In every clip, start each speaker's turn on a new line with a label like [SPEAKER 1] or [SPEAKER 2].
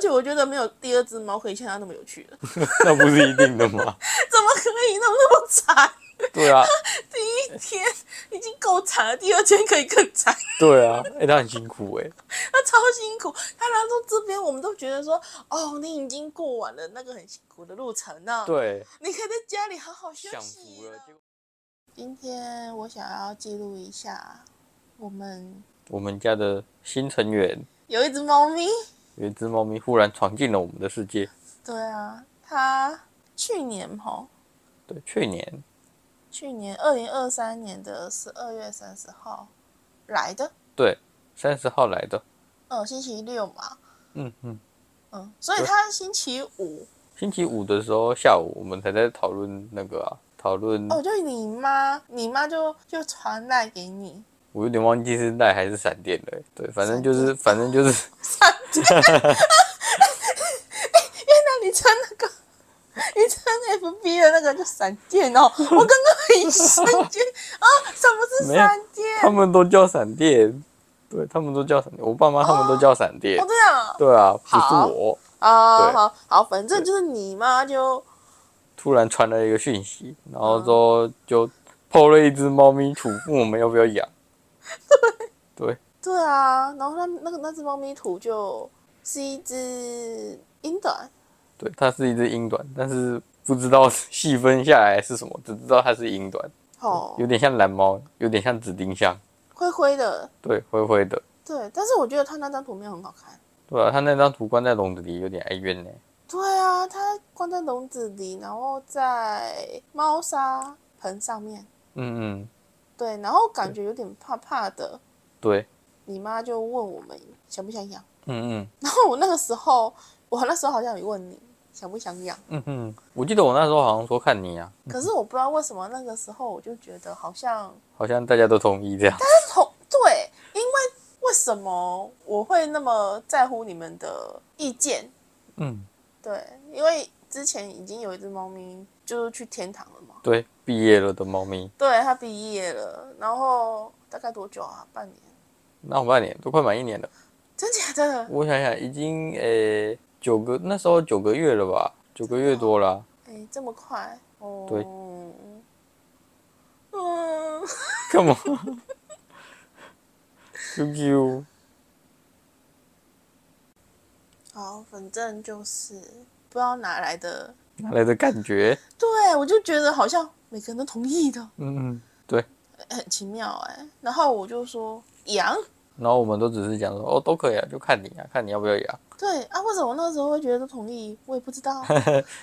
[SPEAKER 1] 且我觉得没有第二只猫可以像它那么有趣了，
[SPEAKER 2] 那不是一定的吗？
[SPEAKER 1] 怎么可以那么那么惨？
[SPEAKER 2] 对啊，
[SPEAKER 1] 第一天已经够惨了，第二天可以更惨，
[SPEAKER 2] 对啊，哎、他很辛苦哎、
[SPEAKER 1] 它超辛苦。它来到这边，我们都觉得说，哦，你已经过完了那个很辛苦的路程了，，
[SPEAKER 2] 对，
[SPEAKER 1] 你可以在家里好好休
[SPEAKER 2] 享
[SPEAKER 1] 息
[SPEAKER 2] 福了。结果
[SPEAKER 1] 今天我想要记录一下，我们
[SPEAKER 2] 我们家的新成员
[SPEAKER 1] 有一只猫咪，
[SPEAKER 2] 有一只猫咪忽然闯进了我们的世界。
[SPEAKER 1] 对啊，它去年吼，
[SPEAKER 2] 对，去年
[SPEAKER 1] 去年二零二三年的十二月三十号来的，
[SPEAKER 2] 对三十号来的，
[SPEAKER 1] 嗯，星期六嘛，
[SPEAKER 2] 嗯嗯，
[SPEAKER 1] 嗯，所以它星期五
[SPEAKER 2] 星期五的时候下午我们才在讨论那个啊，讨论、
[SPEAKER 1] 哦，就是你妈，你妈就就传来给你，
[SPEAKER 2] 我有点忘记是赖还是闪电了、欸。对，反正就是反正就是
[SPEAKER 1] 那你穿那个，你穿 FB 的那个叫闪电哦，我刚刚 一瞬间啊，什么是
[SPEAKER 2] 没有
[SPEAKER 1] 闪电？
[SPEAKER 2] 他们都叫闪电，对他们都叫闪电，我爸妈他们都叫闪电。
[SPEAKER 1] 哦，这样啊
[SPEAKER 2] 对啊，不是
[SPEAKER 1] 好
[SPEAKER 2] 我。
[SPEAKER 1] 啊，
[SPEAKER 2] 对
[SPEAKER 1] 好好，反正就是你妈就
[SPEAKER 2] 突然传了一个讯息，然后之后就抛了一只猫咪土，问我们要不要养。对，
[SPEAKER 1] 对啊，然后那那个那只猫咪图就是一只英短，
[SPEAKER 2] 对，它是一只英短，但是不知道细分下来是什么，只知道它是英短，
[SPEAKER 1] 哦
[SPEAKER 2] 有，点像蓝猫，有点像紫丁香，
[SPEAKER 1] 灰灰的，
[SPEAKER 2] 对，灰灰的。
[SPEAKER 1] 对，但是我觉得它那张图没有很好看。
[SPEAKER 2] 对啊，它那张图关在笼子里有点哀怨呢。
[SPEAKER 1] 对啊，它关在笼子里，然后在猫砂盆上面，
[SPEAKER 2] 嗯嗯，
[SPEAKER 1] 对，然后感觉有点怕怕的。
[SPEAKER 2] 对，
[SPEAKER 1] 你妈就问我们想不想养，
[SPEAKER 2] 嗯嗯
[SPEAKER 1] 然后我那个时候，我那时候好像有问你想不想养，
[SPEAKER 2] 嗯嗯，我记得我那时候好像说看你啊，
[SPEAKER 1] 可是我不知道为什么那个时候我就觉得好像
[SPEAKER 2] 好像大家都同意这样。
[SPEAKER 1] 同对，因为为什么我会那么在乎你们的意见？
[SPEAKER 2] 嗯，
[SPEAKER 1] 对，因为之前已经有一只猫咪就是去天堂了嘛，
[SPEAKER 2] 对，毕业了的猫咪，
[SPEAKER 1] 对，它毕业了，然后大概多久啊？半年？
[SPEAKER 2] 那我半年都快满一年了。
[SPEAKER 1] 真假的？
[SPEAKER 2] 我想想，已经呃九个那时候九个月了吧，九个月多了。
[SPEAKER 1] 哎，这么快？哦，
[SPEAKER 2] 对，
[SPEAKER 1] 嗯，
[SPEAKER 2] 干嘛 ？QQ，
[SPEAKER 1] 好，反正就是不知道哪来的，
[SPEAKER 2] 哪来的感觉？
[SPEAKER 1] 对我就觉得好像每个人都同意的，
[SPEAKER 2] 嗯，嗯，对。
[SPEAKER 1] 很奇妙哎、然后我就说养。
[SPEAKER 2] 然后我们都只是讲说，哦，都可以啊，就看你啊，看你要不要养。
[SPEAKER 1] 对啊，为什么那时候会觉得都同意？我也不知道，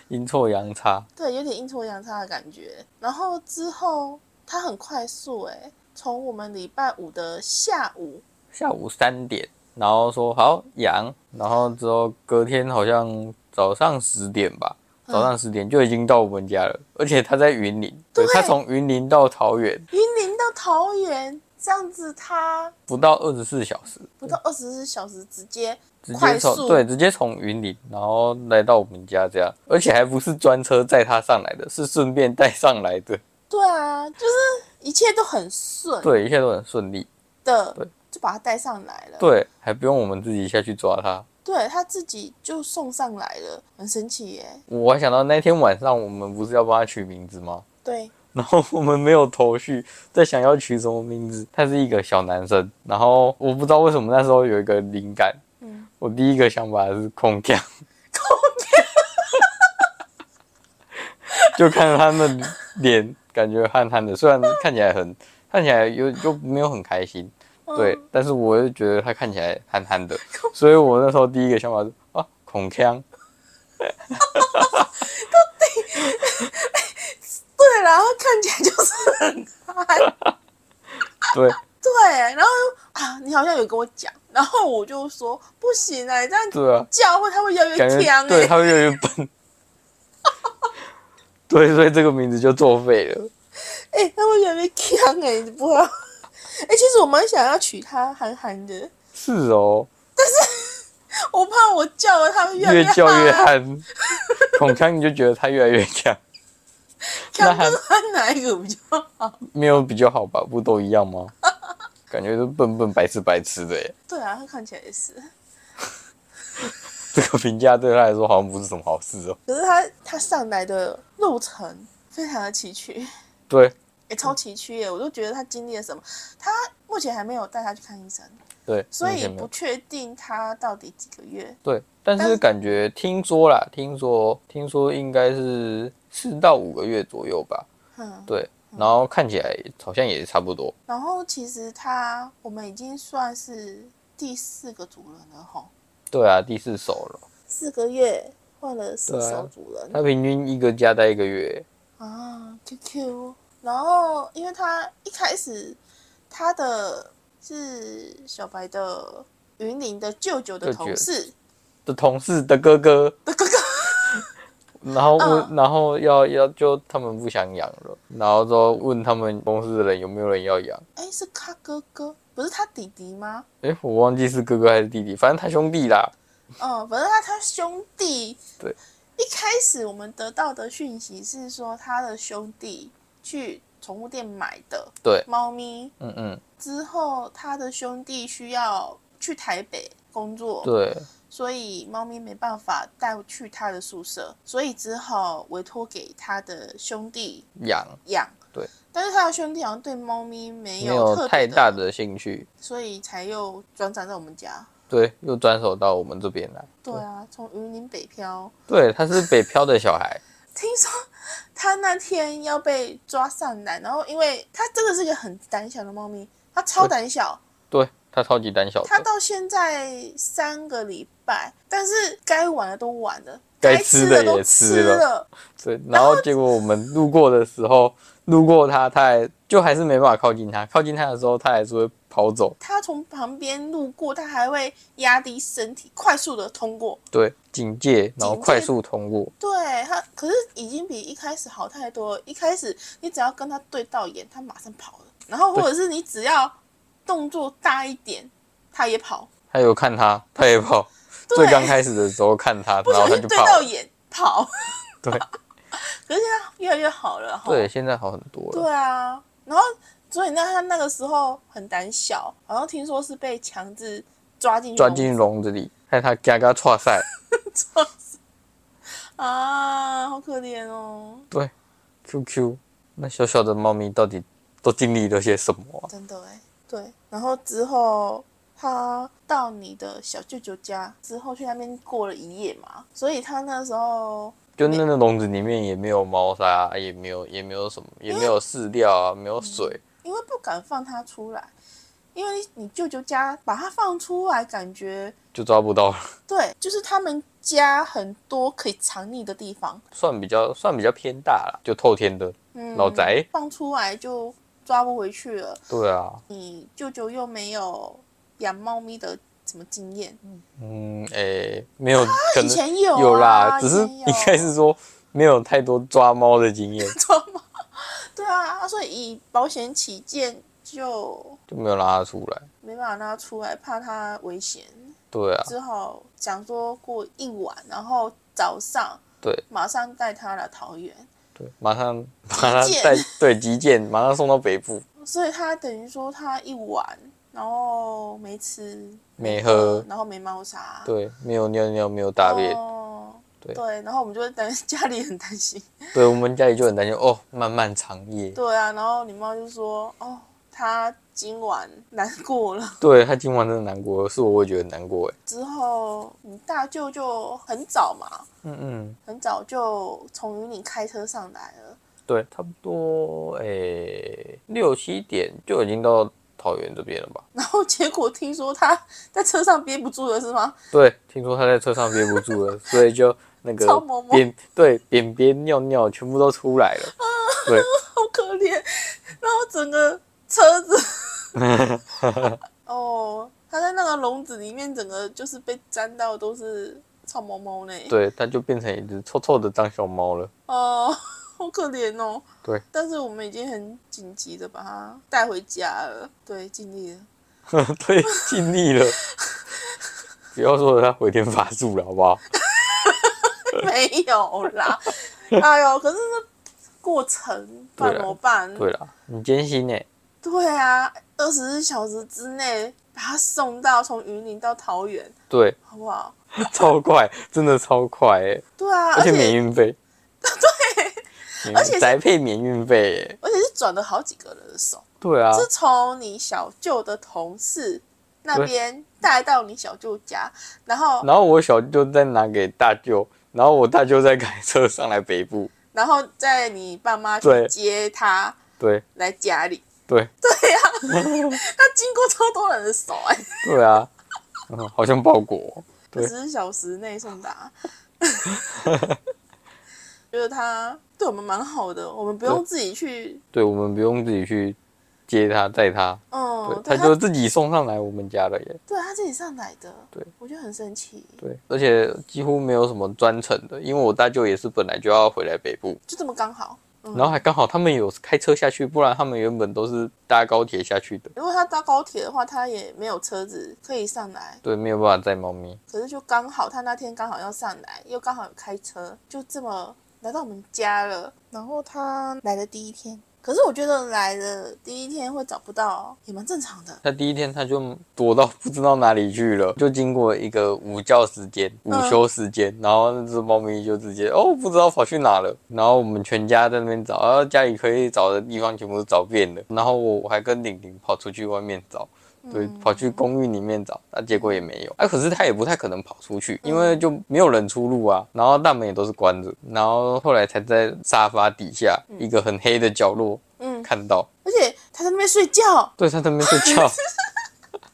[SPEAKER 2] 阴错阳差，
[SPEAKER 1] 对，有点阴错阳差的感觉。然后之后他很快速、欸，从我们礼拜五的下午，
[SPEAKER 2] 下午三点，然后说好养，然后之后隔天好像早上十点吧，
[SPEAKER 1] 嗯
[SPEAKER 2] 早上十点就已经到我们家了，而且他在云林，
[SPEAKER 1] 对
[SPEAKER 2] 他从云林到桃园
[SPEAKER 1] 云林到桃园，这样子他
[SPEAKER 2] 不到二十四小时，
[SPEAKER 1] 不到二十四小时直接
[SPEAKER 2] 直
[SPEAKER 1] 快
[SPEAKER 2] 接
[SPEAKER 1] 速
[SPEAKER 2] 从对，直接从云林，然后来到我们家这样，而且还不是专车载他上来的，是顺便带上来 的，
[SPEAKER 1] 对啊，就是一切都很顺
[SPEAKER 2] 对，一切都很顺利，
[SPEAKER 1] 的
[SPEAKER 2] 对，
[SPEAKER 1] 就把他带上来了。
[SPEAKER 2] 对，还不用我们自己下去抓他。
[SPEAKER 1] 对，他自己就送上来了，很神奇耶、
[SPEAKER 2] 我还想到那天晚上我们不是要帮他取名字吗？
[SPEAKER 1] 对，
[SPEAKER 2] 然后我们没有头绪，在想要取什么名字。他是一个小男生，然后我不知道为什么那时候有一个灵感，
[SPEAKER 1] 嗯，
[SPEAKER 2] 我第一个想法是空调，就看他的脸，感觉憨憨的，虽然看起来很看起来有又没有很开心，
[SPEAKER 1] 嗯
[SPEAKER 2] 对，但是我就觉得他看起来憨憨的，所以我那时候第一个想法是啊，孔腔，
[SPEAKER 1] 对啦，然后看起来就是很憨。
[SPEAKER 2] 对，
[SPEAKER 1] 对，然后啊，你好像有跟我讲，然后我就说不行啊，你这样
[SPEAKER 2] 对啊，
[SPEAKER 1] 叫会他会越来越
[SPEAKER 2] 感觉
[SPEAKER 1] 强
[SPEAKER 2] 对
[SPEAKER 1] 哎、
[SPEAKER 2] 他会越来越笨， 对，所以这个名字就作废了。
[SPEAKER 1] 哎、他会越来越强哎、你不知 道？哎、其实我蛮想要娶她憨憨的，
[SPEAKER 2] 是哦，
[SPEAKER 1] 我怕我叫了他会越来
[SPEAKER 2] 越叫越
[SPEAKER 1] 憨，
[SPEAKER 2] 憨， 孔腔你就觉得他越来越强，
[SPEAKER 1] 看
[SPEAKER 2] 那
[SPEAKER 1] 跟憨哪一个比较好？
[SPEAKER 2] 没有比较好吧？不都一样吗？感觉都笨笨白痴白痴的耶。
[SPEAKER 1] 对啊，他看起来也是。
[SPEAKER 2] 这个评价对他来说好像不是什么好事哦。
[SPEAKER 1] 可是他他上来的路程非常的崎岖，
[SPEAKER 2] 对
[SPEAKER 1] 也超崎岖耶！我都觉得他经历了什么。他目前还没有带他去看医生，
[SPEAKER 2] 对，
[SPEAKER 1] 所
[SPEAKER 2] 目
[SPEAKER 1] 以
[SPEAKER 2] 前没有
[SPEAKER 1] 不确定他到底几个月。
[SPEAKER 2] 对，但
[SPEAKER 1] 但
[SPEAKER 2] 是
[SPEAKER 1] 是
[SPEAKER 2] 感觉听说啦，听说听说应该是四到五个月左右吧。
[SPEAKER 1] 嗯，
[SPEAKER 2] 对，然后看起来好像也差不多。
[SPEAKER 1] 然后其实他我们已经算是第四个主人了吼，
[SPEAKER 2] 对啊，第四手了，
[SPEAKER 1] 四个月换了四
[SPEAKER 2] 对啊
[SPEAKER 1] 手主人
[SPEAKER 2] 他平均一个家待一个月。
[SPEAKER 1] 啊，QQ。然后因为他一开始他的是小白的云林的舅舅的
[SPEAKER 2] 舅舅
[SPEAKER 1] 同事
[SPEAKER 2] 的同事的哥哥，
[SPEAKER 1] 的哥哥，
[SPEAKER 2] 然后问，
[SPEAKER 1] 嗯
[SPEAKER 2] 然后要要就他们不想养了，然后说问他们公司的人有没有人要养。
[SPEAKER 1] 哎，是他哥哥，不是他弟弟吗？
[SPEAKER 2] 诶，我忘记是哥哥还是弟弟，反正他兄弟啦。
[SPEAKER 1] 嗯，反正他他兄弟。
[SPEAKER 2] 对。
[SPEAKER 1] 一开始我们得到的讯息是说，他的兄弟去宠物店买的
[SPEAKER 2] 对，
[SPEAKER 1] 猫咪，
[SPEAKER 2] 嗯嗯，
[SPEAKER 1] 之后他的兄弟需要去台北工作，
[SPEAKER 2] 对
[SPEAKER 1] 所以猫咪没办法带去他的宿舍，所以只好委托给他的兄弟
[SPEAKER 2] 养
[SPEAKER 1] 养。
[SPEAKER 2] 对。
[SPEAKER 1] 但是他的兄弟好像对猫咪没
[SPEAKER 2] 没
[SPEAKER 1] 有
[SPEAKER 2] 有
[SPEAKER 1] 特别
[SPEAKER 2] 太大
[SPEAKER 1] 的，
[SPEAKER 2] 的兴趣，
[SPEAKER 1] 所以才又转转到我们家。
[SPEAKER 2] 对，又转手到我们这边来。
[SPEAKER 1] 对啊，从云林北漂。
[SPEAKER 2] 对，他是北漂的小孩，
[SPEAKER 1] 听说 他那天要被抓上来，然后因为他真的是一个很胆小的猫咪，它超胆小，
[SPEAKER 2] 对他超级胆小
[SPEAKER 1] 它
[SPEAKER 2] 的，
[SPEAKER 1] 到现在三个礼拜，但是该玩的都玩了，
[SPEAKER 2] 该
[SPEAKER 1] 吃
[SPEAKER 2] 吃的
[SPEAKER 1] 都
[SPEAKER 2] 也
[SPEAKER 1] 吃
[SPEAKER 2] 吃了
[SPEAKER 1] 了，
[SPEAKER 2] 对。然后结果我们路过的时候，路过他，他还就还是没办法靠近他，靠近他的时候，他还是会跑走。
[SPEAKER 1] 它从旁边路过，它还会压低身体，快速的通过。
[SPEAKER 2] 对，警戒，然后
[SPEAKER 1] 戒
[SPEAKER 2] 快速通过。
[SPEAKER 1] 对它，可是已经比一开始好太多了。一开始你只要跟它对到眼，它马上跑了，然后或者是你只要动作大一点，它也跑。
[SPEAKER 2] 他有看他，他也跑。
[SPEAKER 1] 对
[SPEAKER 2] 最刚开始的时候看他，
[SPEAKER 1] 不
[SPEAKER 2] 然
[SPEAKER 1] 小
[SPEAKER 2] 后他
[SPEAKER 1] 心
[SPEAKER 2] 就
[SPEAKER 1] 对
[SPEAKER 2] 跑
[SPEAKER 1] 到
[SPEAKER 2] 了。
[SPEAKER 1] 眼跑。
[SPEAKER 2] 对
[SPEAKER 1] 可是现在越来越好了哈。
[SPEAKER 2] 对，现在好很多了。
[SPEAKER 1] 对啊，然后所以那他那个时候很胆小，好像听说是被强制抓进去
[SPEAKER 2] 钻进笼子里，害他嘎嘎踹赛。
[SPEAKER 1] 笼子啊，好可怜哦，
[SPEAKER 2] 对，QQ，那小小的猫咪到底都经历了些什么啊、
[SPEAKER 1] 真的哎。对，然后之后他到你的小舅舅家之后去那边过了一夜嘛，所以他那时候
[SPEAKER 2] 就那个笼子里面也没有猫砂、也没有也没有什么，也没有饲料啊，没有水。
[SPEAKER 1] 因为不敢放他出来，因为你舅舅家把他放出来，感觉
[SPEAKER 2] 就抓不到了，
[SPEAKER 1] 对，就是他们家很多可以藏匿的地方，
[SPEAKER 2] 算比较算比较偏大了，就透天的
[SPEAKER 1] 嗯，
[SPEAKER 2] 老宅。
[SPEAKER 1] 放出来就抓不回去了。
[SPEAKER 2] 对啊，
[SPEAKER 1] 你舅舅又没有养猫咪的什么经验，
[SPEAKER 2] 嗯，诶、没有，可
[SPEAKER 1] 以
[SPEAKER 2] 能
[SPEAKER 1] 前有、啊、
[SPEAKER 2] 有啦，只是
[SPEAKER 1] 以前有
[SPEAKER 2] 应该是说没有太多抓猫的经验，
[SPEAKER 1] 抓猫， 对啊，所以以保险起见，就
[SPEAKER 2] 就没有拉它出来。
[SPEAKER 1] 没办法让它出来，怕它危险，
[SPEAKER 2] 对啊，
[SPEAKER 1] 只好想说过一晚，然后早上
[SPEAKER 2] 对
[SPEAKER 1] 马上带它来桃园。
[SPEAKER 2] 对，马上把它
[SPEAKER 1] 急件
[SPEAKER 2] 带对急件，马上送到北部，
[SPEAKER 1] 所以他等于说他一晚，然后没吃，
[SPEAKER 2] 没喝，
[SPEAKER 1] 然后没猫砂，
[SPEAKER 2] 对，没有尿尿，没有大便，
[SPEAKER 1] 哦，
[SPEAKER 2] 对
[SPEAKER 1] 然后我们就会担 家里很担心，
[SPEAKER 2] 对我们家里就很担心哦，漫漫长夜，
[SPEAKER 1] 对啊，然后你妈就说，哦，他今晚难过了。
[SPEAKER 2] 对他今晚真的难过，是我我也觉得很难过哎，
[SPEAKER 1] 之后你大舅就很早嘛，
[SPEAKER 2] 嗯嗯，
[SPEAKER 1] 很早就从云岭开车上来了，
[SPEAKER 2] 对，差不多诶六七点就已经到桃园这边了吧？
[SPEAKER 1] 然后结果听说他在车上憋不住了，是吗？
[SPEAKER 2] 对，听说他在车上憋不住了，所以就那个
[SPEAKER 1] 超萌萌
[SPEAKER 2] 便对便便尿尿全部都出来了，对。
[SPEAKER 1] 好可怜，然后整个车子， 哦，他在那个笼子里面，整个就是被粘到都是臭毛毛呢。
[SPEAKER 2] 对，它就变成一只臭臭的脏小猫了。
[SPEAKER 1] 哦，好可怜哦。
[SPEAKER 2] 对，
[SPEAKER 1] 但是我们已经很紧急的把它带回家了，对，尽力了。
[SPEAKER 2] 对，尽力了。不要说它回天乏术了，好不好？
[SPEAKER 1] 没有 啦，哎呦，可是那过程
[SPEAKER 2] 对啊
[SPEAKER 1] 办
[SPEAKER 2] 啦
[SPEAKER 1] 怎么办？
[SPEAKER 2] 对啦，很艰辛呢。欸
[SPEAKER 1] 对啊，二十四小时之内把他送到从云林到桃园，
[SPEAKER 2] 对，
[SPEAKER 1] 好不好？
[SPEAKER 2] 超快，真的超快、欸，
[SPEAKER 1] 对啊，
[SPEAKER 2] 而
[SPEAKER 1] 而
[SPEAKER 2] 且免
[SPEAKER 1] 且
[SPEAKER 2] 运费，对，
[SPEAKER 1] 而且是
[SPEAKER 2] 宅配免运费、欸，
[SPEAKER 1] 而且是转了好几个人的手，
[SPEAKER 2] 对啊，
[SPEAKER 1] 是从你小舅的同事那边带到你小舅家，然后
[SPEAKER 2] 然后我小舅再拿给大舅，然后我大舅再开车上来北部，
[SPEAKER 1] 然后在你爸妈去
[SPEAKER 2] 对
[SPEAKER 1] 接他
[SPEAKER 2] 对
[SPEAKER 1] 来家里，
[SPEAKER 2] 对啊
[SPEAKER 1] 他经过超多人的手哎、
[SPEAKER 2] 对啊，嗯，好像包裹哦，
[SPEAKER 1] 二
[SPEAKER 2] 对
[SPEAKER 1] 十四小时内送 达。觉得他对我们蛮好的，我们不用自己去，
[SPEAKER 2] 对我们不用自己去接他载他，
[SPEAKER 1] 嗯，
[SPEAKER 2] 对，
[SPEAKER 1] 对
[SPEAKER 2] 他就自己送上来我们家了耶，
[SPEAKER 1] 对啊他自己上来的，
[SPEAKER 2] 对，
[SPEAKER 1] 我就很生气，
[SPEAKER 2] 对，而且几乎没有什么专程的，因为我大舅也是本来就要回来北部，
[SPEAKER 1] 就这么刚好。嗯
[SPEAKER 2] 然后还刚好他们有开车下去，不然他们原本都是搭高铁下去的，
[SPEAKER 1] 如果他搭高铁的话，他也没有车子可以上来，
[SPEAKER 2] 对，没有办法载猫咪，
[SPEAKER 1] 可是就刚好他那天刚好要上来，又刚好有开车，就这么来到我们家了。然后他来的第一天，可是我觉得来了第一天会找不到，也蛮正常的。
[SPEAKER 2] 他第一天他就躲到不知道哪里去了，就经过一个午觉时间、午休时间，然后那只猫咪就直接哦不知道跑去哪了，然后我们全家在那边找，然后家里可以找的地方全部都找遍了，然后我我还跟玲玲跑出去外面找。对，跑去公寓里面找，那、结果也没有。哎、可是他也不太可能跑出去，因为就没有人出入啊，然后大门也都是关着，然后后来才在沙发底下一个很黑的角落
[SPEAKER 1] 嗯，
[SPEAKER 2] 看到，
[SPEAKER 1] 而且他在那边睡觉，
[SPEAKER 2] 对，他在那边睡觉。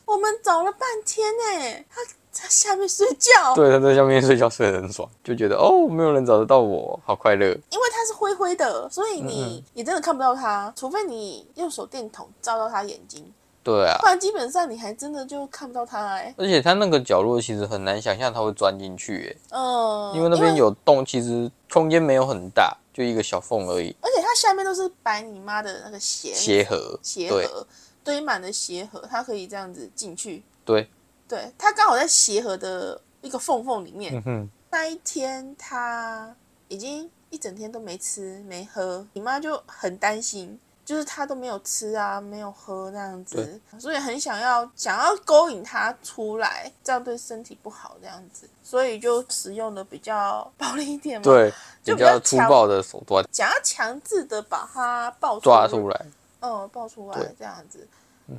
[SPEAKER 1] 我们找了半天呢、他在下面睡 觉，
[SPEAKER 2] 对，他在下面睡觉睡得很爽，就觉得哦，没有人找得到我，好快乐。
[SPEAKER 1] 因为他是灰灰的，所以
[SPEAKER 2] 嗯
[SPEAKER 1] 你你真的看不到他，除非你用手电筒照到他眼睛，
[SPEAKER 2] 对啊
[SPEAKER 1] 不，然基本上你还真的就看不到他哎、
[SPEAKER 2] 而且他那个角落其实很难想象他会钻进去耶，
[SPEAKER 1] 嗯，
[SPEAKER 2] 哦因为那边有洞，其实空间没有很大，就一个小缝而已，
[SPEAKER 1] 而且它下面都是摆你妈的那个鞋
[SPEAKER 2] 鞋盒，
[SPEAKER 1] 鞋
[SPEAKER 2] 对
[SPEAKER 1] 盒堆满了鞋盒，它可以这样子进去。
[SPEAKER 2] 对，
[SPEAKER 1] 对，它刚好在鞋盒的一个缝缝里面。
[SPEAKER 2] 嗯哼，
[SPEAKER 1] 那一天它已经一整天都没吃没喝，你妈就很担心。就是它都没有吃啊，没有喝那样子，所以很想要想要勾引它出来，这样对身体不好，这样子，所以就使用的比较 暴力一点嘛，
[SPEAKER 2] 对，
[SPEAKER 1] 就
[SPEAKER 2] 比
[SPEAKER 1] 比较
[SPEAKER 2] 较粗
[SPEAKER 1] 强
[SPEAKER 2] 暴的手段
[SPEAKER 1] 想要强制的把它抱
[SPEAKER 2] 抓出来，
[SPEAKER 1] 嗯，爆出来
[SPEAKER 2] 对嗯
[SPEAKER 1] 这样子，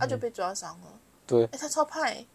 [SPEAKER 1] 他就被抓伤了。
[SPEAKER 2] 对
[SPEAKER 1] 哎、他超怕、欸，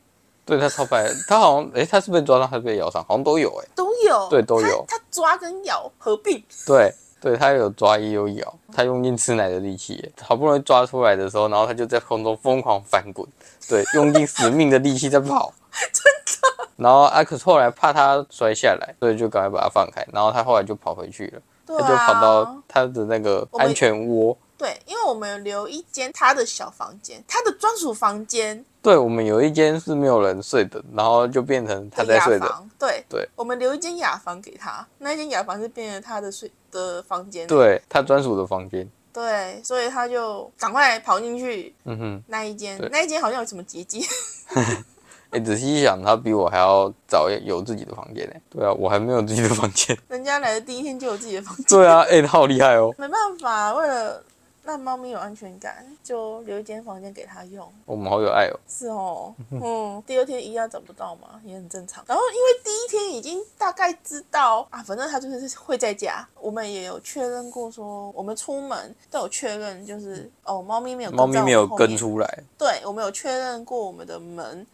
[SPEAKER 2] 对他超白，他好像诶、他是被抓到，还是被咬伤，好像都有诶、
[SPEAKER 1] 都有，
[SPEAKER 2] 对都有哎
[SPEAKER 1] 他。他抓跟咬合并，
[SPEAKER 2] 对。对他有抓也有咬，哦他用尽吃奶的力气耶，好不容易抓出来的时候，然后他就在空中疯狂翻滚，对，用尽死命的力气在跑， 真的。然后阿克后来怕他摔下来，所以就赶快把他放开，然后他后来就跑回去了，
[SPEAKER 1] 对
[SPEAKER 2] 他就跑到
[SPEAKER 1] 啊，
[SPEAKER 2] 他的那个
[SPEAKER 1] 我们
[SPEAKER 2] 安全窝。
[SPEAKER 1] 对，因为我们有留一间他的小房间，他的专属房间
[SPEAKER 2] 对，我们有一间是没有人睡的，然后就变成他在
[SPEAKER 1] 雅
[SPEAKER 2] 睡的。
[SPEAKER 1] 房，对
[SPEAKER 2] 对，
[SPEAKER 1] 我们留一间雅房给他，那一间雅房是变成他的睡的房间，
[SPEAKER 2] 对他专属的房间。
[SPEAKER 1] 对，所以他就赶快跑进去
[SPEAKER 2] 嗯哼，
[SPEAKER 1] 那一间
[SPEAKER 2] 对，
[SPEAKER 1] 那一间好像有什么结界，
[SPEAKER 2] 哎、仔细一想，他比我还要早有自己的房间呢。对啊，我还没有自己的房间。
[SPEAKER 1] 人家来的第一天就有自己的房间。
[SPEAKER 2] 对啊，哎、他好厉害哦。
[SPEAKER 1] 没办法，为了让猫咪有安全感，就留一间房间给它用。
[SPEAKER 2] 我们好有爱哦。
[SPEAKER 1] 是哦，嗯，第二天一样找不到嘛，也很正常。然后因为第一天已经大概知道啊，反正它就是会在家。我们也有确认过说，我们出门都有确认，就是哦，猫咪没有跟在
[SPEAKER 2] 嗯猫
[SPEAKER 1] 我
[SPEAKER 2] 咪
[SPEAKER 1] 们
[SPEAKER 2] 没有
[SPEAKER 1] 后
[SPEAKER 2] 跟
[SPEAKER 1] 面
[SPEAKER 2] 出嗯来，
[SPEAKER 1] 对，我们有确认过我们的门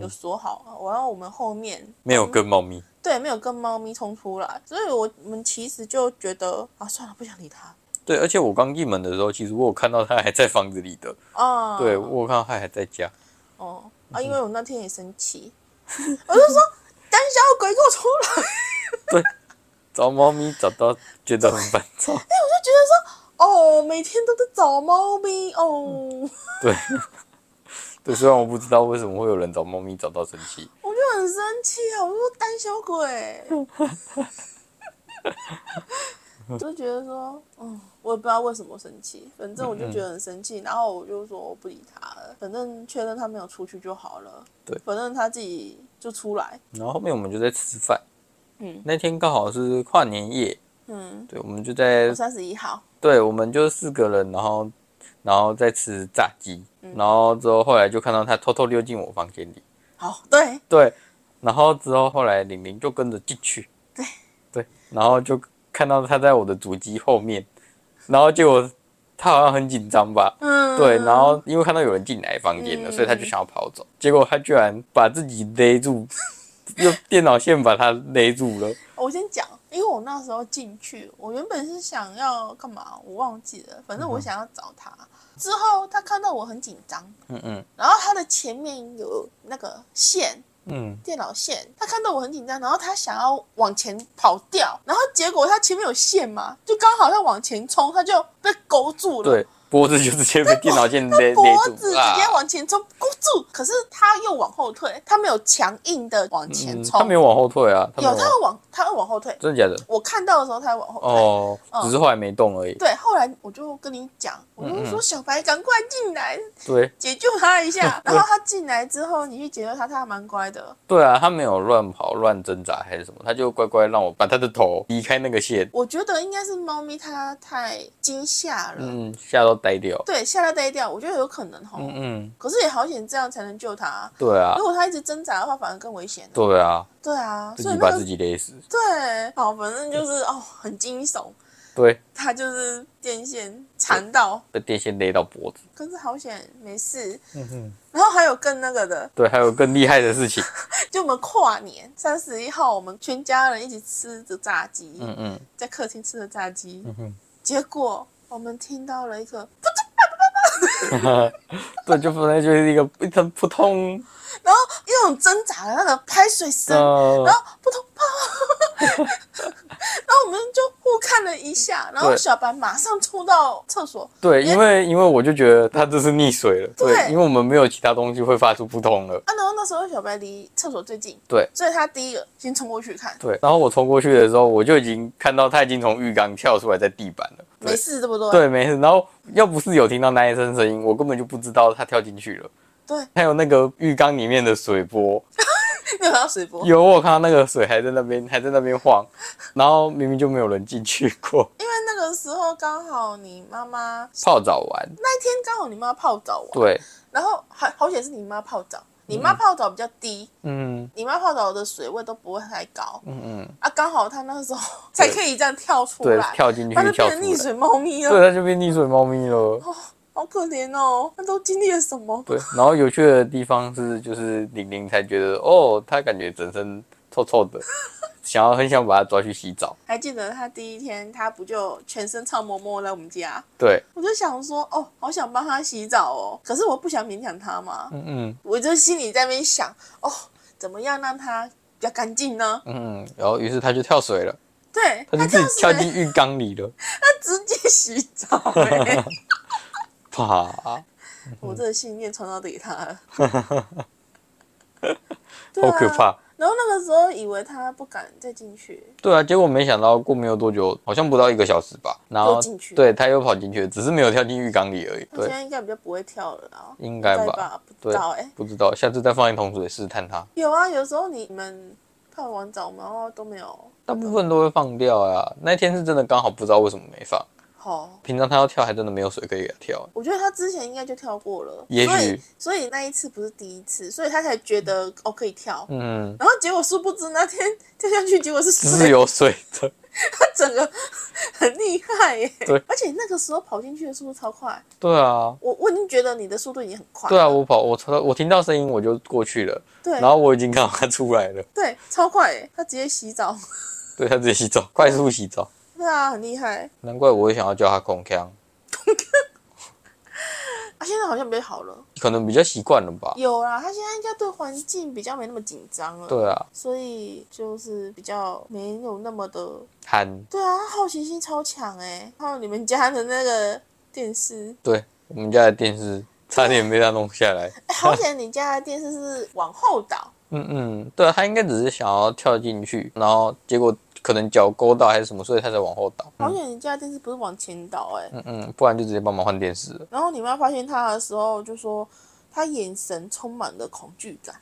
[SPEAKER 1] 有锁好，然后我们后面
[SPEAKER 2] 没有跟猫咪。
[SPEAKER 1] 对没有跟猫咪冲出来，所以我我们其实就觉得啊，算了，不想理它。
[SPEAKER 2] 对，而且我刚进门的时候，其实我有看到他还在房子里的。
[SPEAKER 1] 啊，
[SPEAKER 2] 对，嗯我有看到他还在家。
[SPEAKER 1] 哦，啊，因为我那天也生气， 我就说胆小鬼给我出来！
[SPEAKER 2] 找猫咪找到觉得很烦 躁。
[SPEAKER 1] 我就觉得说，哦，每天都在找猫咪，
[SPEAKER 2] 嗯
[SPEAKER 1] 哦，
[SPEAKER 2] 对，对，虽然我不知道为什么会有人找猫咪找到生气，
[SPEAKER 1] 我就很生气啊！我就说胆小 鬼，就觉得说，嗯，我也不知道为什么生气，反正我就觉得很生气，然后我就说我不理他了，反正确认他没有出去就好了，
[SPEAKER 2] 对
[SPEAKER 1] 反正他自己就出来，
[SPEAKER 2] 然后后面我们就在吃饭。
[SPEAKER 1] 嗯
[SPEAKER 2] 那天刚好是跨年夜，
[SPEAKER 1] 嗯，
[SPEAKER 2] 对，我们就在，
[SPEAKER 1] 三十一号，
[SPEAKER 2] 对，我们就四个人，然后然后再吃炸鸡，
[SPEAKER 1] 嗯
[SPEAKER 2] 然后之后后来就看到他偷偷溜进我房间里，
[SPEAKER 1] 好，对，
[SPEAKER 2] 对，然后之后后来玲玲就跟着进去，
[SPEAKER 1] 对
[SPEAKER 2] 对，然后就看到他在我的主机后面，然后结果他好像很紧张吧，
[SPEAKER 1] 嗯，
[SPEAKER 2] 对，然后因为看到有人进来房间了，
[SPEAKER 1] 嗯
[SPEAKER 2] 所以他就想要跑走，结果他居然把自己勒住， 用电脑线把他勒住了，
[SPEAKER 1] 我先讲，因为我那时候进去，我原本是想要干嘛，我忘记了，反正我想要找他。之后他看到我很紧张，
[SPEAKER 2] 嗯嗯
[SPEAKER 1] 然后他的前面有那个线，
[SPEAKER 2] 嗯，
[SPEAKER 1] 电脑线，他看到我很紧张，然后他想要往前跑掉，然后结果他前面有线嘛，就刚好他往前冲，他就被勾住了。
[SPEAKER 2] 对，脖子就直接被电脑线勒勒
[SPEAKER 1] 脖子
[SPEAKER 2] 住
[SPEAKER 1] 直
[SPEAKER 2] 啊
[SPEAKER 1] 接。往前冲，勾住。可是他又往后退，他没有强硬的往前
[SPEAKER 2] 嗯，
[SPEAKER 1] 冲、
[SPEAKER 2] 他没有往后退啊，他没
[SPEAKER 1] 有，
[SPEAKER 2] 有
[SPEAKER 1] 他
[SPEAKER 2] 往，
[SPEAKER 1] 会往，他会往后退。
[SPEAKER 2] 真的假的？
[SPEAKER 1] 我看到的时候，他会往后退。
[SPEAKER 2] 哦
[SPEAKER 1] 嗯，
[SPEAKER 2] 只是后来没动而已。
[SPEAKER 1] 对，后来我就跟你讲，我就
[SPEAKER 2] 嗯
[SPEAKER 1] 说小白赶快进来
[SPEAKER 2] 对
[SPEAKER 1] 解救他一 下。
[SPEAKER 2] 对
[SPEAKER 1] 然后他进来之后，你去解救他，他还蛮乖的。
[SPEAKER 2] 对啊，他没有乱跑、乱挣扎还是什么，他就乖乖让我把他的头离开那个线，
[SPEAKER 1] 我觉得应该是猫咪它太惊吓了，
[SPEAKER 2] 嗯，吓到呆掉。
[SPEAKER 1] 对，吓到呆掉，我觉得有可能吼。
[SPEAKER 2] 嗯嗯，
[SPEAKER 1] 可是也好险，这样才能救它。
[SPEAKER 2] 对啊
[SPEAKER 1] 如，果它一直挣扎的话，反而更危险了。
[SPEAKER 2] 对啊，
[SPEAKER 1] 对啊，
[SPEAKER 2] 自
[SPEAKER 1] 所以
[SPEAKER 2] 己
[SPEAKER 1] 那
[SPEAKER 2] 把自
[SPEAKER 1] 个
[SPEAKER 2] 己勒死。
[SPEAKER 1] 对，好，反正就是哦，很惊悚，
[SPEAKER 2] 对，
[SPEAKER 1] 它就是电线缠到，
[SPEAKER 2] 被电线勒到脖子。
[SPEAKER 1] 可是好险没事。
[SPEAKER 2] 嗯嗯，
[SPEAKER 1] 然后还有更那个的，
[SPEAKER 2] 对，还有更厉害的事情。
[SPEAKER 1] 就我们跨年三十一号，我们全家人一起吃着炸鸡，
[SPEAKER 2] 嗯嗯
[SPEAKER 1] 在客厅吃着炸鸡，
[SPEAKER 2] 嗯
[SPEAKER 1] 结果我们听到了一个，
[SPEAKER 2] 哼，对，就本来就是一个一声扑通，
[SPEAKER 1] 然后一种挣扎的那个拍水声，
[SPEAKER 2] 呃
[SPEAKER 1] 然，后扑通啪， 然后我们就互看了一下，然后
[SPEAKER 2] 对
[SPEAKER 1] 小白马上冲到厕所，
[SPEAKER 2] 对，因为因为我就觉得他这是溺水了，
[SPEAKER 1] 对
[SPEAKER 2] 对，因为我们没有其他东西会发出扑通了。
[SPEAKER 1] 啊，然后那时候小白离厕所最近，
[SPEAKER 2] 对，
[SPEAKER 1] 所以他第一个先冲过去看，
[SPEAKER 2] 对，然后我冲过去的时候，我就已经看到他已经从浴缸跳出来在地板了。
[SPEAKER 1] 没
[SPEAKER 2] 对
[SPEAKER 1] 事，对不对？
[SPEAKER 2] 对，没事。然后要不是有听到那一声声音，我根本就不知道他跳进去了。
[SPEAKER 1] 对，
[SPEAKER 2] 还有那个浴缸里面的水波，
[SPEAKER 1] 没有看到水波，
[SPEAKER 2] 有我有看到那个水还在那边还在那边晃，然后明明就没有人进去 过。
[SPEAKER 1] 因为那个时候刚好你妈妈
[SPEAKER 2] 泡澡完，
[SPEAKER 1] 那一天刚好你妈泡澡完，
[SPEAKER 2] 对，
[SPEAKER 1] 然后好好险是你妈泡澡，你妈泡澡比较低，
[SPEAKER 2] 嗯
[SPEAKER 1] 你妈泡澡的水位都不会太高
[SPEAKER 2] 嗯嗯，
[SPEAKER 1] 啊，刚好她那时候才可以这样跳出
[SPEAKER 2] 对，
[SPEAKER 1] 来，
[SPEAKER 2] 跳进去
[SPEAKER 1] 她就
[SPEAKER 2] 跳
[SPEAKER 1] 变成
[SPEAKER 2] 出
[SPEAKER 1] 溺
[SPEAKER 2] 来，
[SPEAKER 1] 水猫咪了，
[SPEAKER 2] 对，它就变溺水猫咪了。
[SPEAKER 1] 好可怜哦，她都经历了什么？
[SPEAKER 2] 对，然后有趣的地方是，就是玲玲才觉得，哦，她感觉整身臭臭 的，想要很想把它抓去洗澡。
[SPEAKER 1] 还记得她第一天，她不就全身臭摸摸来我们家，
[SPEAKER 2] 对，
[SPEAKER 1] 我就想说，哦，好想帮她洗澡哦，可是我不想勉强她嘛，
[SPEAKER 2] 嗯嗯
[SPEAKER 1] 我就心里在那边想，哦，怎么样让她比较干净呢？
[SPEAKER 2] 嗯，嗯，然后于是她就跳水了，
[SPEAKER 1] 对，
[SPEAKER 2] 她就
[SPEAKER 1] 她
[SPEAKER 2] 自
[SPEAKER 1] 跳
[SPEAKER 2] 己跳
[SPEAKER 1] 水，
[SPEAKER 2] 进浴缸里了，
[SPEAKER 1] 她直接洗澡、欸。
[SPEAKER 2] 啪！嗯
[SPEAKER 1] 我这个信念传到给他 了，对
[SPEAKER 2] 好
[SPEAKER 1] 啊
[SPEAKER 2] 可怕。
[SPEAKER 1] 然后那个时候以为他不敢再进去，
[SPEAKER 2] 对啊，结果没想到过没有多久，好像不到一个小时吧，然后
[SPEAKER 1] 又进去
[SPEAKER 2] 对，他又跑进去了，只是没有跳进浴缸里而已。
[SPEAKER 1] 他现
[SPEAKER 2] 对，
[SPEAKER 1] 在应该比较不会跳了啦，
[SPEAKER 2] 应该
[SPEAKER 1] 对
[SPEAKER 2] 吧？
[SPEAKER 1] 吧？不知道哎、
[SPEAKER 2] 不知道，下次再放一桶水试探它。
[SPEAKER 1] 有啊，有时候你们泡完澡然后都没有，
[SPEAKER 2] 大部分都会放掉啊，那天是真的刚好不知道为什么没放。
[SPEAKER 1] 好，
[SPEAKER 2] 平常他要跳，还真的没有水可以给他跳。啊
[SPEAKER 1] 我觉得他之前应该就跳过了，
[SPEAKER 2] 也许
[SPEAKER 1] 所以所以那一次不是第一次，所以他才觉得哦可以跳。
[SPEAKER 2] 嗯，
[SPEAKER 1] 然后结果殊不知那天 跳下去，结果是
[SPEAKER 2] 只是
[SPEAKER 1] 水，
[SPEAKER 2] 有水的。
[SPEAKER 1] 他 整个很厉害耶、
[SPEAKER 2] 对
[SPEAKER 1] 而且那个时候跑进去的速度超快，
[SPEAKER 2] 对啊，
[SPEAKER 1] 我我已经觉得你的速度已经很快了，
[SPEAKER 2] 对啊，我跑，我操，我听到声音我就过去了，
[SPEAKER 1] 对，
[SPEAKER 2] 然后我已经看到他出来了，
[SPEAKER 1] 对，超快欸，他直接洗澡，
[SPEAKER 2] 对他自己洗澡，快速洗澡。
[SPEAKER 1] 对啊，很厉害。
[SPEAKER 2] 难怪我会想要叫他空腔，
[SPEAKER 1] 啊，现在好像比较好了，
[SPEAKER 2] 可能比较习惯了吧。
[SPEAKER 1] 有啦，他现在应该对环境比较没那么紧张了，，
[SPEAKER 2] 对啊，
[SPEAKER 1] 所以就是比较没有那么的，
[SPEAKER 2] 憨，
[SPEAKER 1] 对啊，他好奇心超强哎、还有你们家的那个电 视，
[SPEAKER 2] 对我们家的电视差点被他弄下来。
[SPEAKER 1] 哎、好险你家的电视是往后倒，
[SPEAKER 2] 嗯嗯，对啊，他应该只是想要跳进去，然后结果可能脚勾到还是什么，所以他才往后倒。
[SPEAKER 1] 好险你家的电视不是往前倒哎、
[SPEAKER 2] 嗯嗯，不然就直接帮忙换电视了。
[SPEAKER 1] 然后你妈发现他的时候就说。他眼神充满了恐惧感，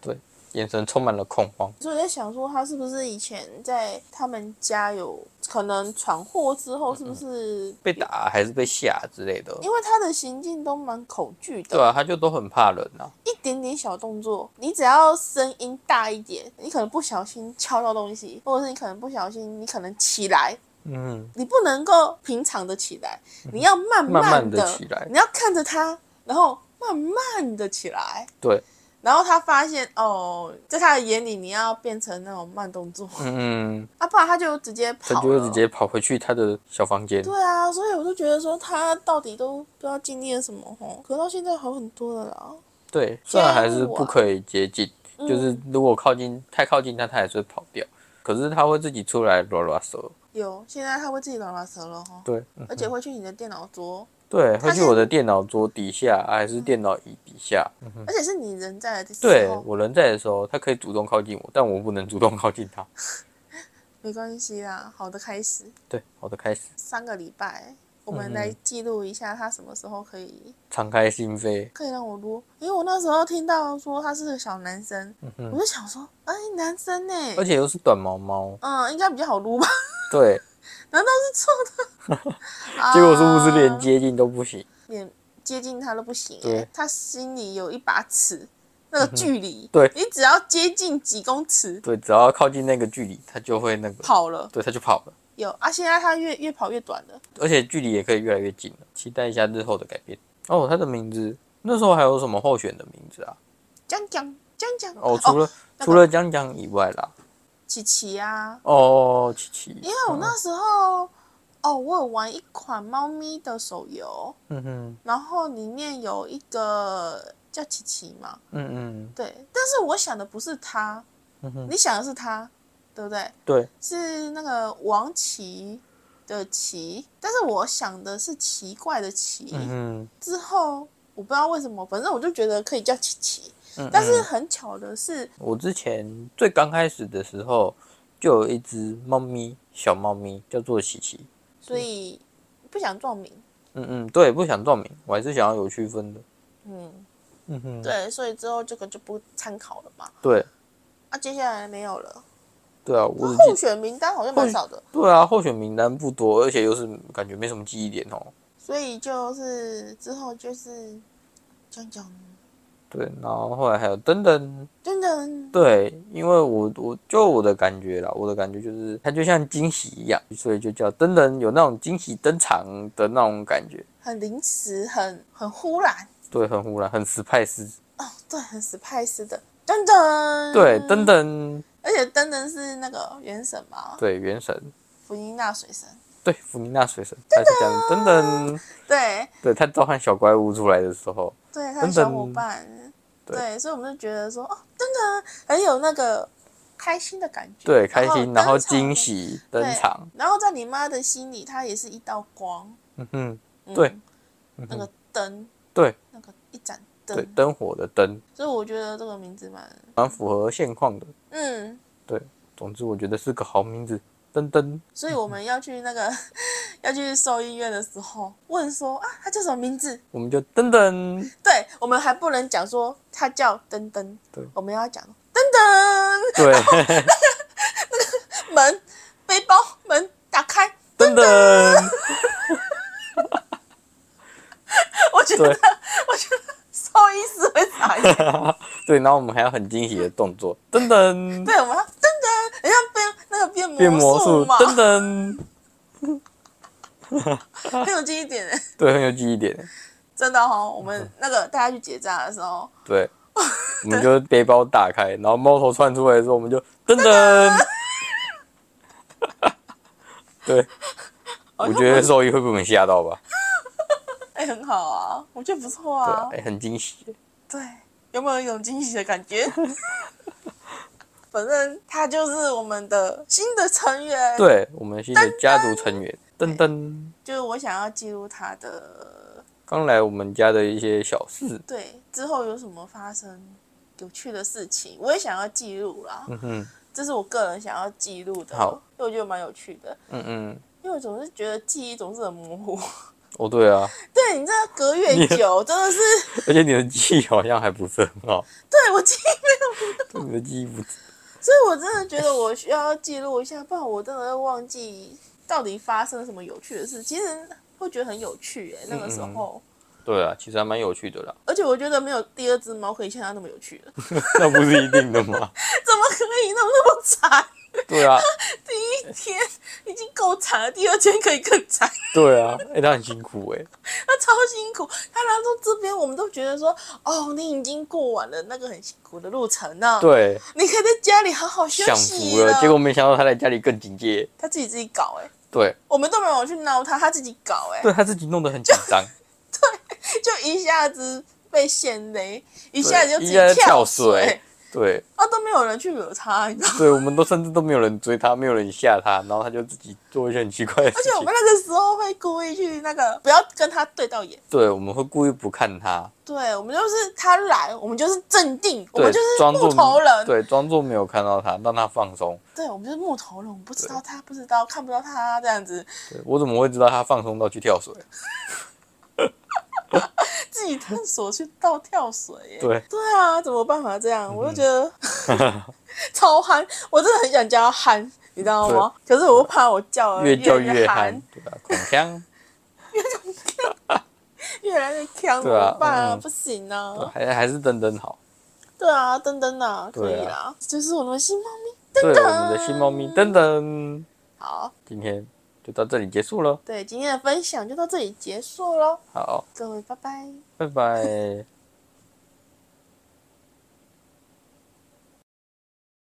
[SPEAKER 2] 眼神充满了恐慌。
[SPEAKER 1] 所以我在想说，他是不是以前在他们家有可能闯祸之后是不是？
[SPEAKER 2] 嗯被打还是被吓之类的。
[SPEAKER 1] 因为他的行径都蛮恐惧的，
[SPEAKER 2] 对啊，他就都很怕人啊。
[SPEAKER 1] 一点点小动作，你只要声音大一点，你可能不小心敲到东西，或者是你可能不小心，你可能起来，
[SPEAKER 2] 嗯，
[SPEAKER 1] 你不能够平常的起来，你要慢
[SPEAKER 2] 慢慢
[SPEAKER 1] 的
[SPEAKER 2] 地起来
[SPEAKER 1] 你要看着他，然后慢慢的起来。
[SPEAKER 2] 对，
[SPEAKER 1] 然后他发现哦，在他的眼里，你要变成那种慢动作，
[SPEAKER 2] 嗯，
[SPEAKER 1] 啊，不然他就直接跑
[SPEAKER 2] 他
[SPEAKER 1] 了。
[SPEAKER 2] 就会直接跑回去他的小房间。
[SPEAKER 1] 对啊，所以我就觉得说他到底都不知道经历了什么吼，可到现在好很多了啦。
[SPEAKER 2] 对，虽然还是
[SPEAKER 1] 厌恶啊
[SPEAKER 2] 不可以接近，就是
[SPEAKER 1] 嗯
[SPEAKER 2] 如果靠近太靠近他，他还是会跑掉。可是他会自己出来拉拉手，
[SPEAKER 1] 有，现在他会自己拉拉舌了哈，
[SPEAKER 2] 对，嗯
[SPEAKER 1] 而且会去你的电脑桌，
[SPEAKER 2] 对，
[SPEAKER 1] 他
[SPEAKER 2] 会去
[SPEAKER 1] 现
[SPEAKER 2] 我的电脑桌底下，啊还是电脑椅底下。
[SPEAKER 1] 而且是你人在的时哦
[SPEAKER 2] 嗯对
[SPEAKER 1] 候，
[SPEAKER 2] 我人在的时候，他可以主动靠近我，但我不能主动靠近他。
[SPEAKER 1] 没关系啦，好的开始。
[SPEAKER 2] 对，好的，开始
[SPEAKER 1] 三个礼拜，我
[SPEAKER 2] 嗯
[SPEAKER 1] 们来记录一下他什么时候可以
[SPEAKER 2] 敞开心扉。
[SPEAKER 1] 可以让我撸，因为我那时候听到说他是个小男生，我就想说，哎，男生呢、
[SPEAKER 2] 嗯而且又是短毛猫，
[SPEAKER 1] 嗯，应该比较好撸吧？
[SPEAKER 2] 对，
[SPEAKER 1] 难道是错 的？
[SPEAKER 2] 结果是不是连
[SPEAKER 1] 啊
[SPEAKER 2] 接近都不行？
[SPEAKER 1] 连接近他都不行、
[SPEAKER 2] 对嗯
[SPEAKER 1] 欸，他心里有一把尺，那个距离，
[SPEAKER 2] 对
[SPEAKER 1] 你只要接近几公尺，
[SPEAKER 2] 对，只要靠近那个距离，它就会那个，
[SPEAKER 1] 跑了。
[SPEAKER 2] 对，它就跑了。
[SPEAKER 1] 有啊，现在他越越跑越短了，
[SPEAKER 2] 而且距离也可以越来越近了，期待一下日后的改变。哦，它的名字那时候还有什么候选的名字啊？
[SPEAKER 1] 江江江江
[SPEAKER 2] 哦，除了、
[SPEAKER 1] 那个
[SPEAKER 2] 除了江江以外啦，
[SPEAKER 1] 琪琪啊，
[SPEAKER 2] 哦，琪琪，
[SPEAKER 1] 因为我那时候、哦，我有玩一款猫咪的手游，
[SPEAKER 2] 嗯哼，
[SPEAKER 1] 然后里面有一个叫琪琪嘛，
[SPEAKER 2] 嗯嗯
[SPEAKER 1] 对，但是我想的不是他，
[SPEAKER 2] 嗯哼，
[SPEAKER 1] 你想的是他，对不对？
[SPEAKER 2] 对，
[SPEAKER 1] 是那个王奇的奇，但是我想的是奇怪的奇。
[SPEAKER 2] 嗯哼，
[SPEAKER 1] 之后我不知道为什么，反正我就觉得可以叫奇奇。
[SPEAKER 2] 嗯
[SPEAKER 1] 但是
[SPEAKER 2] 嗯
[SPEAKER 1] 很巧的是，
[SPEAKER 2] 我之前最刚开始的时候，就有一只猫咪，小猫咪叫做琪琪。
[SPEAKER 1] 所以不想撞名。
[SPEAKER 2] 嗯嗯，对，不想撞名，我还是想要有区分的。
[SPEAKER 1] 嗯，
[SPEAKER 2] 嗯哼，
[SPEAKER 1] 对，所以之后这个就不参考了嘛。
[SPEAKER 2] 对
[SPEAKER 1] 啊，接下来没有了。
[SPEAKER 2] 对啊，我只
[SPEAKER 1] 候
[SPEAKER 2] 记
[SPEAKER 1] 选名单哦好像蛮少的，
[SPEAKER 2] 对啊，候选名单不多，而且又是感觉没什么记忆点哦。
[SPEAKER 1] 所以就是之后就是讲讲
[SPEAKER 2] 对，然后后来还有等等，
[SPEAKER 1] 真的
[SPEAKER 2] 对，因为我我就我的感觉啦，我的感觉就是它就像惊喜一样，所以就叫等等，有那种惊喜登场的那种感觉。
[SPEAKER 1] 很临时，很很忽然。
[SPEAKER 2] 对，很忽然，很实派式。
[SPEAKER 1] 哦，对，很史派斯的，噔噔，
[SPEAKER 2] 对，等，等，
[SPEAKER 1] 而且噔噔是那个原神嘛，
[SPEAKER 2] 对，原神，
[SPEAKER 1] 福音纳水神，
[SPEAKER 2] 对，福尼娜水神，它是这样，等
[SPEAKER 1] 啊
[SPEAKER 2] 等，
[SPEAKER 1] 对
[SPEAKER 2] 对，它召唤小怪物出来的时候，
[SPEAKER 1] 对，他的
[SPEAKER 2] 噔噔
[SPEAKER 1] 小伙伴，
[SPEAKER 2] 对
[SPEAKER 1] 对，所以我们就觉得说，哦，噔噔很有那个开心的感觉，
[SPEAKER 2] 对，开心，然后
[SPEAKER 1] 哦登场
[SPEAKER 2] 惊，喜登
[SPEAKER 1] 对
[SPEAKER 2] 场，，
[SPEAKER 1] 然后在你妈的心里，它也是一道光，
[SPEAKER 2] 嗯哼，
[SPEAKER 1] 嗯
[SPEAKER 2] 对，
[SPEAKER 1] 那个灯，
[SPEAKER 2] 对，
[SPEAKER 1] 那个一盏
[SPEAKER 2] 对
[SPEAKER 1] 灯，，
[SPEAKER 2] 灯火的灯，
[SPEAKER 1] 所以我觉得这个名字蛮，
[SPEAKER 2] 蛮符合现况的。
[SPEAKER 1] 嗯，
[SPEAKER 2] 总之，我觉得是个好名字。噔噔，
[SPEAKER 1] 所以我们要去那个 要去兽医院的时候，问说啊，他叫什么名字？
[SPEAKER 2] 我们就噔噔，
[SPEAKER 1] 对，我们还不能讲说他叫噔噔，
[SPEAKER 2] 对
[SPEAKER 1] 我们要讲噔噔，
[SPEAKER 2] 对，
[SPEAKER 1] 门背包门打开，
[SPEAKER 2] 噔噔，
[SPEAKER 1] 我觉得
[SPEAKER 2] 对
[SPEAKER 1] 我觉得兽医师会傻眼，
[SPEAKER 2] 对，然后我们还要很惊喜的动作，噔 噔，
[SPEAKER 1] 对，我们要噔噔，人家变那个变
[SPEAKER 2] 变魔术，
[SPEAKER 1] 术嘛，
[SPEAKER 2] 噔噔，
[SPEAKER 1] 很有记忆点耶，
[SPEAKER 2] 对，很有记忆点。
[SPEAKER 1] 真的哦。我们那个大家去结扎的时候，
[SPEAKER 2] 对，我们就背包打开，然后猫头窜出来的时候，我们就噔 噔。对，
[SPEAKER 1] 好
[SPEAKER 2] 我
[SPEAKER 1] 像
[SPEAKER 2] 觉得兽医会被我们吓到吧？
[SPEAKER 1] 哎、很好啊，我觉得不错
[SPEAKER 2] 对
[SPEAKER 1] 啊
[SPEAKER 2] 啊，，哎，很惊喜。
[SPEAKER 1] 对，有没有一种惊喜的感觉？ 反正他就是我们的新的成员，
[SPEAKER 2] 对我们新的家族成员，噔噔。
[SPEAKER 1] 就是我想要记录他的，
[SPEAKER 2] 刚来我们家的一些小事，
[SPEAKER 1] 对，之后有什么发生有趣的事情，我也想要记录啦。
[SPEAKER 2] 嗯哼，
[SPEAKER 1] 这是我个人想要记录的，
[SPEAKER 2] 好，
[SPEAKER 1] 因为我觉得蛮有趣的，
[SPEAKER 2] 嗯嗯，
[SPEAKER 1] 因为我总是觉得记忆总是很模糊。
[SPEAKER 2] 哦对啊，
[SPEAKER 1] 对你这隔越久，真的是
[SPEAKER 2] 而且你的记忆好像还不是很好，
[SPEAKER 1] 对我记忆，
[SPEAKER 2] 你的记忆不
[SPEAKER 1] 所以我真的觉得我需要记录一下，不然我真的会忘记到底发生了什么有趣的事，其实会觉得很有趣哎、那
[SPEAKER 2] 嗯
[SPEAKER 1] 个时候。
[SPEAKER 2] 对啊，其实还蛮有趣的啦。
[SPEAKER 1] 而且我觉得没有第二只猫可以像它那么有趣了，
[SPEAKER 2] 那不是一定的吗？
[SPEAKER 1] 怎么可以那么 那么惨？
[SPEAKER 2] 对啊，
[SPEAKER 1] 第一天已经够惨了，第二天可以更惨，
[SPEAKER 2] 对啊， 哎、他很辛苦哎、
[SPEAKER 1] 它超辛苦。它来到这边，我们都觉得说，哦，你已经过完了那个很辛苦的路程呢、，
[SPEAKER 2] 对，
[SPEAKER 1] 你可以在家里好好哦休
[SPEAKER 2] 享
[SPEAKER 1] 息
[SPEAKER 2] 福了。结果没想到他在家里更警戒，
[SPEAKER 1] 它自己自己搞哎、
[SPEAKER 2] 对，
[SPEAKER 1] 我们都没有去闹它，它自己搞哎、
[SPEAKER 2] 对他自己弄得很紧张，
[SPEAKER 1] 就一下子被陷雷，一下子就自己
[SPEAKER 2] 一下子跳
[SPEAKER 1] 水
[SPEAKER 2] 水， 对，
[SPEAKER 1] 啊，都没有人去惹它，你知道 吗。
[SPEAKER 2] 对，我们都甚至都没有人追他，没有人吓他，然后他就自己做一些很奇怪的事
[SPEAKER 1] 而且
[SPEAKER 2] 情。
[SPEAKER 1] 我们那个时候会故意去那个，不要跟它对到眼。
[SPEAKER 2] 对，我们会故意不看他，
[SPEAKER 1] 对，我们就是他来，我们就是镇定，我
[SPEAKER 2] 对
[SPEAKER 1] 们就，是
[SPEAKER 2] 装作
[SPEAKER 1] 木头人。
[SPEAKER 2] 对，装作没有看到他，让他放松。
[SPEAKER 1] 对，我们就是木头人，我们不知道他，不知道看不到他这样子，
[SPEAKER 2] 对我怎么会知道他放松到去跳水？
[SPEAKER 1] 自 己探索去倒跳水耶。
[SPEAKER 2] 对，嗯
[SPEAKER 1] 啊，怎么办法这样？我就觉得 超憨，我真的很想叫他憨，你知道吗？可是我又怕我叫了
[SPEAKER 2] 越叫
[SPEAKER 1] 呃越
[SPEAKER 2] 越
[SPEAKER 1] 憨
[SPEAKER 2] 憨，，对啊，孔腔，
[SPEAKER 1] 越来越强，怎
[SPEAKER 2] 对啊
[SPEAKER 1] 么办啊？
[SPEAKER 2] 嗯
[SPEAKER 1] 不行
[SPEAKER 2] 对
[SPEAKER 1] 啊！
[SPEAKER 2] 还还是登登好。
[SPEAKER 1] 对啊，噔噔啊，可以
[SPEAKER 2] 对
[SPEAKER 1] 啦，就是我们的新猫咪。
[SPEAKER 2] 对，我们的新猫咪登登，
[SPEAKER 1] 好，
[SPEAKER 2] 今天就到这里结束了。
[SPEAKER 1] 对，今天的分享就到这里结束喽，
[SPEAKER 2] 好，
[SPEAKER 1] 各位拜拜。
[SPEAKER 2] 拜拜。